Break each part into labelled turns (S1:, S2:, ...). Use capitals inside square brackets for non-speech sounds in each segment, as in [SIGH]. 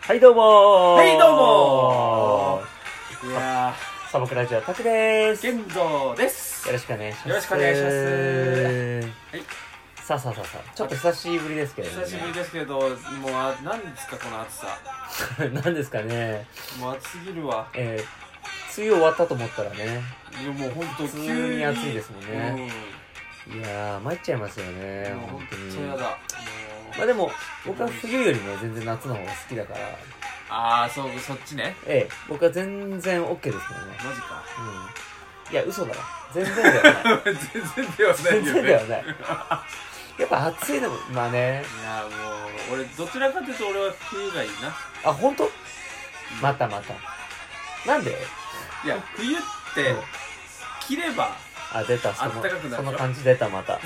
S1: はいどうも
S2: はいどうもいや
S1: サボクラジオタクです
S2: ー、
S1: よ
S2: 玄道です。
S1: ろしくお願いします
S2: よろしくお願いしますはい
S1: さあさあさあさあちょっと久しぶりですけどね
S2: 久しぶりですけど、もう、あなんですか、この暑さ。
S1: [LAUGHS] り何ですかね
S2: もう暑すぎるわ。
S1: えー、梅雨終わったと思ったらね
S2: いや、もう本当、
S1: 普
S2: 急
S1: 通に暑いですもん
S2: うん。
S1: ねいやー参っちゃいますよね
S2: もう
S1: 本
S2: 本
S1: 当
S2: 当
S1: に
S2: にやだ。も
S1: まあ
S2: う
S1: でも僕は冬よりも全然夏の方が好きだから
S2: あー、そう、そっちね。
S1: ええ僕は全然 OK ですけどね
S2: マジか。
S1: うんいや嘘だな全然だよね
S2: 全然ではないよ
S1: 全
S2: ね。
S1: 然ではないやっぱ暑いのもまあね
S2: いや、もう、俺、どちらかというと、俺は冬がいいな。
S1: あ本当またまたなんで
S2: いや、冬って
S1: うん、
S2: 切れば、 [LAUGHS]
S1: あ出たその
S2: あったかくなるでしょ
S1: その感じ出たま
S2: [LAUGHS]
S1: た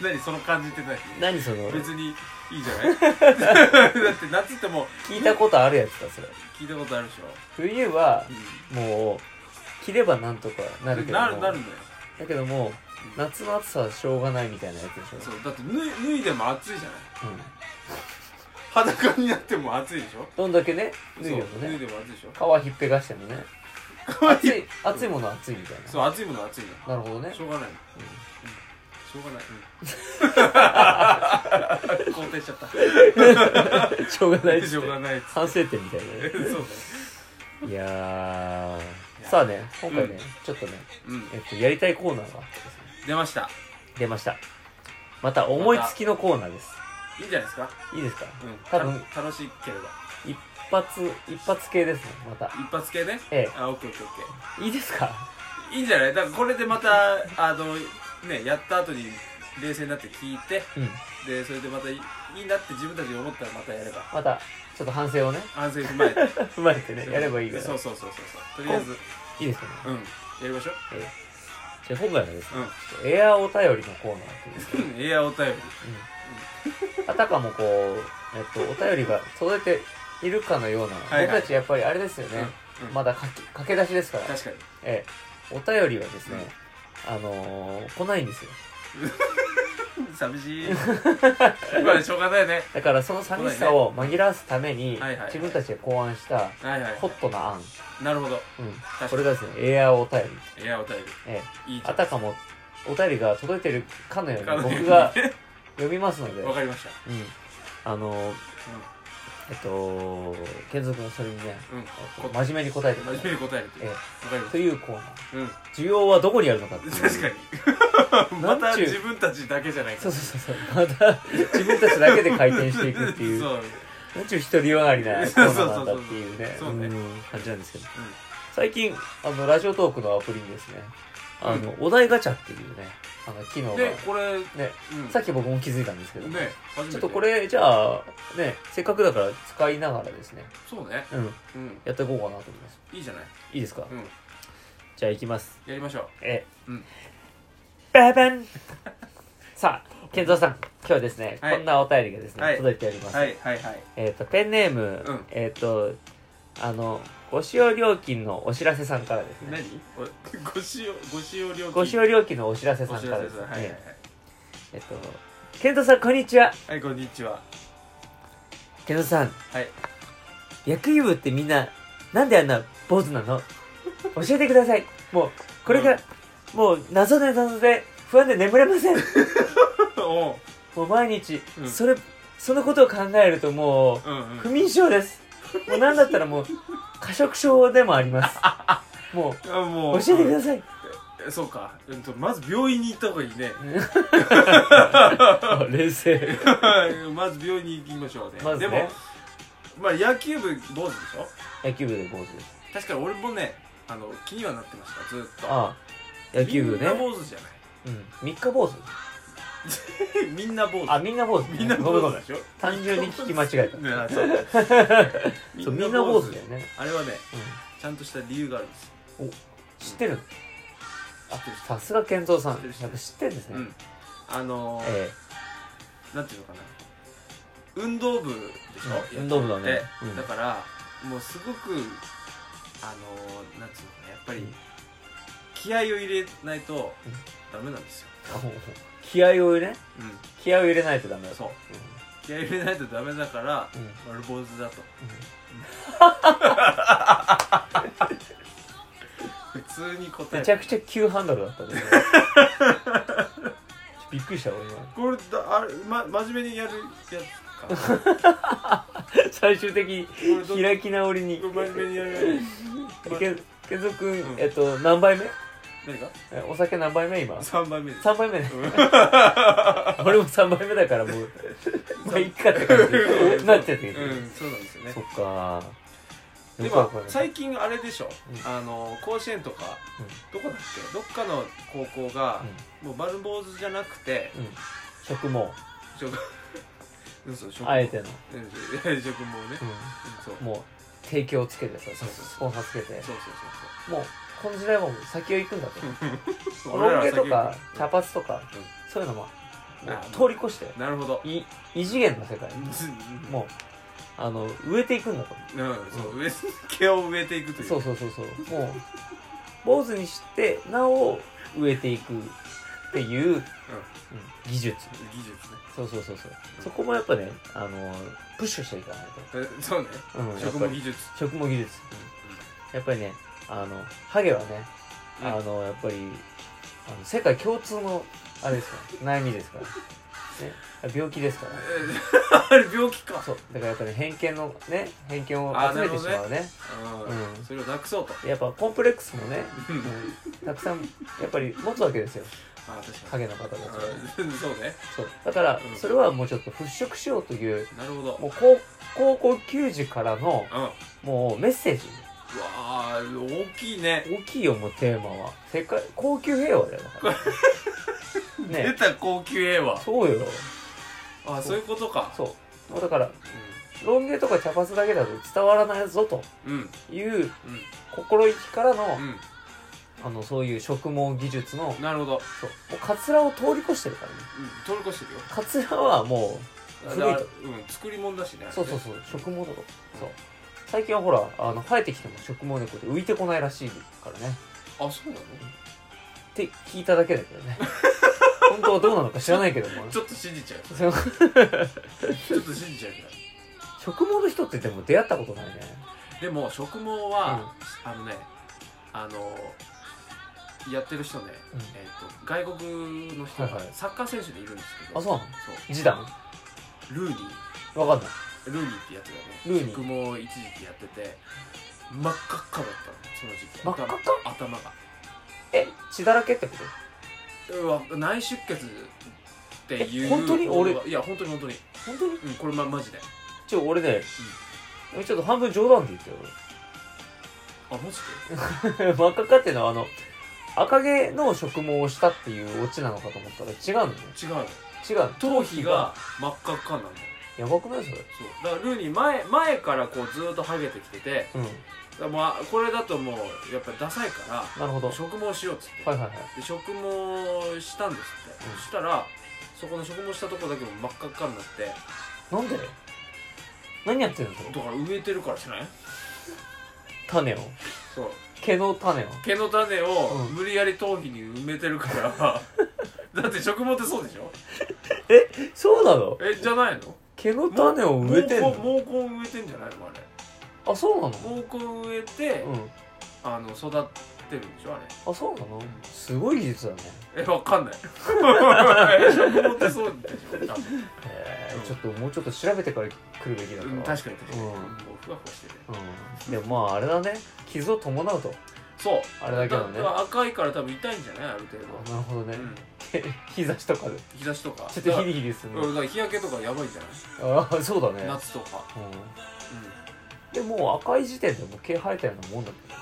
S2: 何、その感じってない
S1: 何その
S2: 別にいい [LAUGHS] じゃないだって夏ってもう
S1: 聞いたことあるやつだそれ
S2: 聞いたことあるでしょ、
S1: 冬は
S2: う
S1: もう着ればなんとかなるけども
S2: なるなるんだよ
S1: だけども夏の暑さはしょうがないみたいなやつでし
S2: そ
S1: ょ
S2: うだって脱い脱いでも暑いじゃない
S1: うん
S2: 裸になっても暑いでしょ
S1: どんだけね脱いでも
S2: そう脱い
S1: ね
S2: でも暑いでしょ
S1: 皮ひっぺがしてもね
S2: 可
S1: 暑
S2: 愛
S1: い暑いものは暑いみたい
S2: そう暑いものは暑い
S1: なな
S2: の
S1: るほどね
S2: しょうがない
S1: う
S2: の
S1: ん
S2: しょうがない
S1: [LAUGHS]
S2: うん肯定しちゃった
S1: しょうがないっ
S2: し
S1: つ
S2: ょ
S1: っ
S2: う
S1: て
S2: がないっつって
S1: 反省点みたいなね
S2: そうだね
S1: いやーさあね今回ね、
S2: うん
S1: ちょっとね、
S2: うん
S1: えっと、やりたいコーナーが
S2: 出ました
S1: 出ましたまた思いつきのコーナーです
S2: いいんじゃないですか
S1: いいですか
S2: うん
S1: 多分
S2: た楽しいければ
S1: 一発一発系ですねまた
S2: 一発系ね
S1: え
S2: あオッケーオッケーオッケー
S1: えいいですか
S2: いいんじゃないだからこれでまたあのねやった後に冷静になって聞いて
S1: うん
S2: でそれでまたいいいなって自分たちが思ったらまたやれば
S1: またちょっと反省をね [LAUGHS]
S2: 反省踏まえて
S1: 踏まえてねやればいいから
S2: そうそうそうそうそうとりあえず
S1: いいですかね
S2: うんやりましょう
S1: ええじゃあ今回はですね、ちょっとエアお便りのコーナーという
S2: うんエアお便り
S1: あたかもこう、えっと、お便りが届いているかのような、
S2: いはい
S1: 僕たちやっぱりあれですよね、
S2: うん
S1: まだ書き駆け出しですから、
S2: 確かに
S1: ええ、お便りはですね、あのー来ないんですよ。
S2: 寂しい [LAUGHS] まあしょうがないね
S1: だからその寂しさを紛らわすために、
S2: はいはいはい
S1: 自分たちが考案した
S2: はいはい
S1: ホットな案、
S2: なるほど
S1: うん、
S2: 確
S1: こ
S2: か
S1: れがですね、エアお便り。
S2: にエアお便
S1: え
S2: りい
S1: え、
S2: いじゃ
S1: あ
S2: ん
S1: たかもお便りが届いてるかのよう
S2: か
S1: に
S2: のように
S1: 僕が読みますので、
S2: [LAUGHS] わかりまし
S1: うん、あのーえっと、健三君はそれにね、
S2: たうんうんこ
S1: 真面目に答えてく
S2: 真
S1: だ
S2: 面
S1: さ
S2: 目
S1: い
S2: に答えると
S1: え
S2: わ
S1: え
S2: かりま
S1: と
S2: し
S1: いうコーナー
S2: たうん
S1: 需要はどこにあるのかっていう
S2: 確かにま
S1: [LAUGHS] なん
S2: た
S1: ちゅう
S2: 自分たちだけじゃないか
S1: そうそうそうそうまた自分たちだけで回転していくっていう
S2: [LAUGHS] そう
S1: なんちゅう独りよがり
S2: [LAUGHS]
S1: なコーナーなんだっていうね
S2: そうそうそうそうそうね
S1: ん感じなんですけど、
S2: うん
S1: 最近あのラジオトークのアプリにですねあの、お題ガチャっていうねあの機能が
S2: で
S1: ね
S2: これ、
S1: さ
S2: っ
S1: っき僕も気づいたんですけど、
S2: ね初めて
S1: ちょっとこれじゃあねせっかくだから使いながらですね、
S2: そうね
S1: うん、
S2: うん
S1: やっていこうかなと思います
S2: いいじゃない
S1: いいですか、
S2: うん
S1: じゃあいきます
S2: やりましょう
S1: え
S2: うん
S1: ババン [LAUGHS] さあ健三さん今日はですね、
S2: はい
S1: こんなお便りがですね、
S2: はい
S1: 届いております、
S2: はいはいはい
S1: えっ、とペンネーム、
S2: うん
S1: えっ、とあのご使用料金のお知らせさんからですね
S2: 何おご使用ご使用料金
S1: ご使用料金のお知らせさ
S2: お
S1: んか
S2: 知ら
S1: らで
S2: せですす
S1: ね、
S2: はいはいはい
S1: えっ、と健三さんこんにちは
S2: はいこんに
S1: [LAUGHS]
S2: ちは
S1: 健三さん
S2: はい
S1: 薬油部ってみんななんであんな坊主なの教えてくださいもうこれが、もう謎で謎で不安で眠れま
S2: [LAUGHS]
S1: せん
S2: おう
S1: もう毎日、
S2: うん
S1: それそのことを考えるともう
S2: うんうん
S1: 不眠症ですもう何だったらもう過食症でもありますも
S2: あも
S1: う
S2: う
S1: 教えてください
S2: うんそうかうんとまず病院に行った方がいい
S1: [LAUGHS]
S2: ね
S1: 冷静
S2: まず病院に行きましょうね
S1: まずね
S2: でもまあ野球部坊主でしょ
S1: 野球部で坊主です
S2: 確かに俺もねあの気にはなってましたずっと
S1: ああ野球部
S2: みん
S1: ね
S2: な坊主じゃない
S1: うん、三日坊主
S2: みんな坊主
S1: [LAUGHS] あみんな坊主
S2: みんな
S1: ごめんご
S2: 坊主
S1: めん
S2: でしょ
S1: 単純に聞き間違
S2: [LAUGHS]
S1: えた
S2: ねあそう
S1: そうみんな坊主だよね、
S2: あれは
S1: う
S2: ね
S1: ん、
S2: ちゃんとした理由があるんです
S1: 知ってるのあ
S2: 知ってる
S1: さすが健三さん
S2: 知ってる知って
S1: や
S2: る
S1: っぱ知ってるんですね、
S2: うんあのー
S1: え
S2: なんていうのかな運動部でしょ
S1: うん運動部だね
S2: やって
S1: うん
S2: だからもうすごくあのーなんていうのかなやっぱ
S1: う
S2: り
S1: ん
S2: 気合を入れないと
S1: うん
S2: ダメなんですよ
S1: え気合を入れ
S2: うん
S1: 気合を入れないとダメだ
S2: そう
S1: う
S2: 気合い入れないとダメだから、丸坊主だと [LAUGHS] 普通に答
S1: め
S2: え
S1: ち
S2: た
S1: ゃくちゃ急ハンドルだったね
S2: [LAUGHS]
S1: びっくりした俺今
S2: これだあれ、ま、真面目にやるやつか
S1: 最終的に
S2: これど
S1: 開き直りに
S2: これ真面目にやるやつ
S1: けけぞくん、
S2: うん
S1: えっと何杯目
S2: 何か
S1: えお酒何杯目今
S2: 3番目です
S1: 3杯目ね
S2: うん
S1: [LAUGHS] 俺も3杯目だからも
S2: [LAUGHS]
S1: うまあいっかって感じなっちゃってるけど、
S2: うんそうなんですよね
S1: そっか
S2: で
S1: よくわ
S2: も
S1: かる
S2: 最近あれでしょ、
S1: うん
S2: あの甲子園とか、どこだっけどっかの高校が、もう丸坊主じゃなくて
S1: うん、うん、食も
S2: 職嘘職
S1: あえての、
S2: うんいや職もね、
S1: う、
S2: そうそうん
S1: もう提供つけてさ
S2: そうそう
S1: スポンサーつけて
S2: そう
S1: もうこの時代はもう先を行くんだと
S2: そうそう俺
S1: ロ
S2: ら
S1: ン
S2: は
S1: 毛
S2: 先
S1: と
S2: に
S1: か茶髪とか、
S2: うん
S1: そういうのもも
S2: あ
S1: う通り越して
S2: うんなるほど
S1: い異次元の世界
S2: うん
S1: もうあの植えていくんだと
S2: うんそう植え毛を植えていくという
S1: そうそうそうそうもう坊主にしてなお植えていくっていう、うん技術
S2: 技術ね
S1: そうそうそうそうそこもやっぱねあのプッシュしていかない
S2: えそうね
S1: と、うん、やっ
S2: 職
S1: ぱ
S2: も
S1: り
S2: 技術
S1: 食も技術やっぱりねあのハゲはね、
S2: うん
S1: あのやっぱりあの世界共通のあれですから悩みですから、ね、病気ですから
S2: えー [LAUGHS] あれ病気か
S1: そうだからやっぱり偏見のね偏見を
S2: あー
S1: 集めてしまうね
S2: うん
S1: うん
S2: それをなくそうと
S1: やっぱコンプレックスもね、
S2: うん
S1: うんたくさんやっぱり持つわけですよ
S2: あ確か
S1: 影
S2: に
S1: の方たちは
S2: うんそうね
S1: そうだから
S2: うん
S1: それはもうちょっと払拭しようという
S2: なるほど
S1: もう高高校球児からの
S2: うんうわ
S1: もうメッセージ
S2: あ大きいね
S1: 大きいよもうテーマは世界高級平和だよだか
S2: [LAUGHS]
S1: ら
S2: 出
S1: ね
S2: た高級絵は
S1: そうよ
S2: あそういうことか
S1: そうもうだからロン毛とか茶髪だけだと伝わらないぞと
S2: うんうん
S1: いう心意気からの、
S2: うん
S1: あのそういう植毛技術の
S2: うんなるほど
S1: そうもうカツラを通り越してるからね
S2: うん通り越してるよ
S1: カツラはも
S2: だ
S1: 古いと
S2: うん作り物だしね
S1: うそうそうそうう植毛とかそう最近はほらあの生えてきても植毛猫って浮いてこないらしいからね
S2: あそうなの
S1: って聞いただけだけど
S2: [LAUGHS]
S1: ね本当はどうなのか知らないけども
S2: ちょっと信じちゃう
S1: その
S2: ちょっと信じちゃうけど
S1: 植毛の人ってでも出会ったことないね
S2: でも植毛は、あのねあのやってる人ね、
S1: うん
S2: えー、と外国の人が
S1: はいはい
S2: サッカー選手でいるんですけど、
S1: あそうなの
S2: そう
S1: 示談
S2: ルーニ
S1: わかんない
S2: ールーニーってやつがね
S1: ルーニー
S2: 植毛を一時期やってて真っ赤っかだったのその時期
S1: 真っ赤っ
S2: 頭頭が
S1: え血だらけってこと
S2: うわ内出血っていう
S1: え本当に俺
S2: いや本当に本当に、
S1: 本当に
S2: うん、これまマジで
S1: ちょ俺ね、ちょっと半分冗談で言ってよ
S2: あマジで
S1: [LAUGHS] 俺真っ赤っかっていうのはあの赤毛の植毛をしたっていうオチなのかと思ったら違うのね
S2: 違うの
S1: 違う
S2: 頭皮が真っ赤っかなんだよ
S1: やばくないそれ
S2: そうだからルーニー前前からこうずーっとハゲてきてて
S1: うん
S2: だからもうあこれだともうやっぱりダサいか
S1: なるほどは
S2: ら
S1: い
S2: 植毛しようっつって、
S1: はいはい
S2: で植毛したんですって、
S1: うん
S2: そしたらそこの植毛したとこだけも真っ赤っかになって
S1: なんで何やってんの
S2: だから植えてるからじゃない
S1: 種を
S2: そう
S1: 毛の種を
S2: 毛の種を
S1: うん
S2: 無理やり頭皮に埋めて
S1: [LAUGHS]
S2: るから、だって植毛ってそうでしょ
S1: そうなの
S2: えじゃないの
S1: 毛の種を植えてん
S2: 毛
S1: の
S2: 根毛根植えてんじゃないのあれ
S1: あそうなの
S2: 毛根植えて、
S1: うん
S2: あの育ってるんでしょあれ
S1: あそうなのすごい技術だね
S2: えわかん
S1: [LAUGHS]
S2: ないえ植毛ってそうでしょ多分
S1: へ
S2: うん
S1: えちょっともうちょっと調べてから来るべきだ
S2: うん、
S1: な
S2: 確かに確かに、
S1: うん
S2: もうふわふわしてて
S1: うんでもまああれだね傷を伴うと
S2: そう
S1: あれだけどね
S2: ら赤いから多分痛いんじゃないある程度、
S1: なるほどね [LAUGHS]
S2: うん、
S1: 日差しとかで
S2: 日差しとか
S1: ちょっとヒリヒリする
S2: だから
S1: の
S2: うんだから日焼けとかやばいんじゃない、
S1: ああそうだね
S2: 夏とか、
S1: うん
S2: う
S1: でもう赤い時点でもう毛生えたようなもんだけ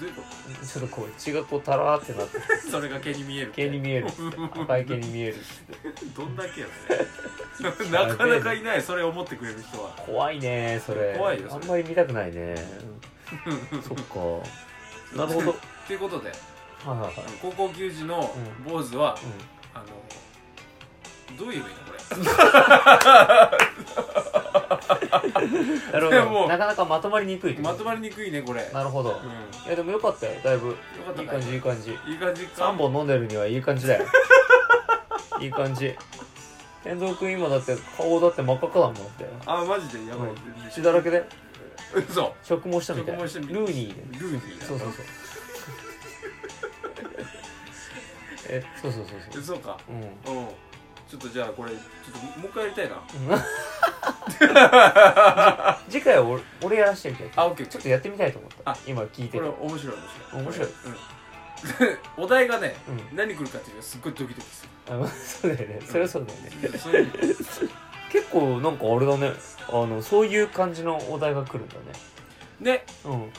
S2: ん、どういうこ
S1: どちょっとこう血がこうタラーってなって [LAUGHS]
S2: とそれが毛に見える
S1: 毛に見えるっつって赤い毛に見えるっつって
S2: どんだけ
S1: [LAUGHS]
S2: やねなかなかいないそれ思ってくれる人は [LAUGHS]
S1: 怖いねそれ
S2: 怖いよそ
S1: あ
S2: れ
S1: んまり見たくないねそっかなるほど
S2: ということで
S1: はいはいはい
S2: あの高校球児の坊主は、あのどう言えばいいのこれ
S1: うんなるほ
S2: [LAUGHS] でも
S1: どなかなかまとまりにくい
S2: まとま
S1: り
S2: りにくいねこれ、
S1: なるほど
S2: うん、よ
S1: いやでもよかったよだいぶ
S2: かった
S1: いい感じいい感じ
S2: いい感じか
S1: [LAUGHS] 3本飲んでるにはいい感じだよいい感じ健三君今だって顔だって真っ赤っかだもんだって
S2: あマジでやばい、
S1: うん血だらけで
S2: 嘘
S1: 植毛したみたい
S2: 植
S1: ル
S2: 毛したみたい
S1: ーニーで
S2: ルーニーだ
S1: そうそう [LAUGHS] そうえそうそうそうそう
S2: 嘘か
S1: うん
S2: うんちょっとじゃあこれちょっともう一回やりた
S1: [LAUGHS]
S2: いな
S1: 次回は俺俺やらしてみて
S2: あオッケー
S1: ちょっ
S2: こと
S1: やってみたいと思った
S2: あ
S1: 今聞いて
S2: れ
S1: る
S2: 面白い面
S1: 面
S2: 白
S1: 白
S2: い
S1: い
S2: うんお題がね
S1: うん
S2: 何来るかっていうのがすっごいドキドキす
S1: あまあそうだよねそれはそうだよね
S2: るそういう
S1: 結構なんかあれだねあのそういう感じのお題が来るんだね
S2: ね
S1: うん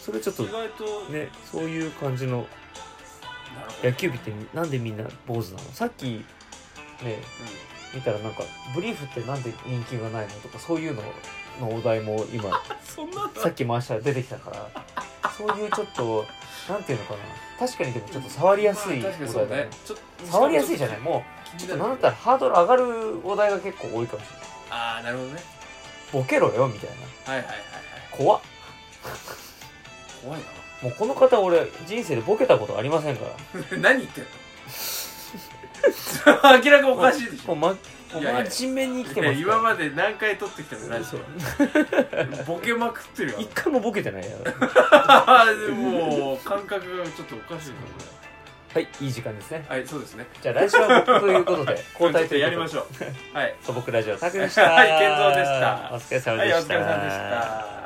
S1: それちょっと
S2: 意外と
S1: ねそういう感じの
S2: なるほど
S1: 野球部ってみなんでみんな坊主なのさっきね見たらなんかブリーフってなんで人気がないのとかそういうののお題も
S2: [LAUGHS]
S1: 今
S2: うんそんなの
S1: さっき回したら出てきたからそういうちょっとなんていうのかな確かにでもちょっと触りやすいお
S2: まあ確かにそう
S1: 題だ
S2: ね
S1: ね
S2: ちょっと
S1: 触りやすいじゃないも
S2: 気
S1: う
S2: に
S1: ちょっ
S2: なる
S1: となんだったらハードル上がるお題が結構多いかもしれない
S2: ああなるほどね
S1: ボケろよみたいな
S2: はいはいはいはい
S1: 怖っ
S2: 怖い
S1: もうこの方俺人生でボケたことありませんから
S2: な何言ってん
S1: [LAUGHS]
S2: のそれは明らかおかしいでし
S1: も
S2: ょ
S1: う、ま、もう
S2: いやいや
S1: 真面目に生きて
S2: い
S1: ま
S2: や
S1: す
S2: 今
S1: か
S2: まで何回撮ってきたのラジ
S1: そう
S2: オボケまくっ
S1: [LAUGHS]
S2: てるよ [LAUGHS]
S1: ら一回もボケてないやろ
S2: でも感覚がちょっとおかしいかもね
S1: はいいい時間ですね
S2: はいそうですね
S1: じゃあ来週は僕ということで交代
S2: ち
S1: と
S2: ょっと
S1: いうことで
S2: やりましょうはい
S1: [LAUGHS] 素朴ラジオタクでした
S2: はい健三でした
S1: お疲れ様
S2: は
S1: で
S2: いお
S1: し
S2: 疲
S1: た、
S2: れ様でした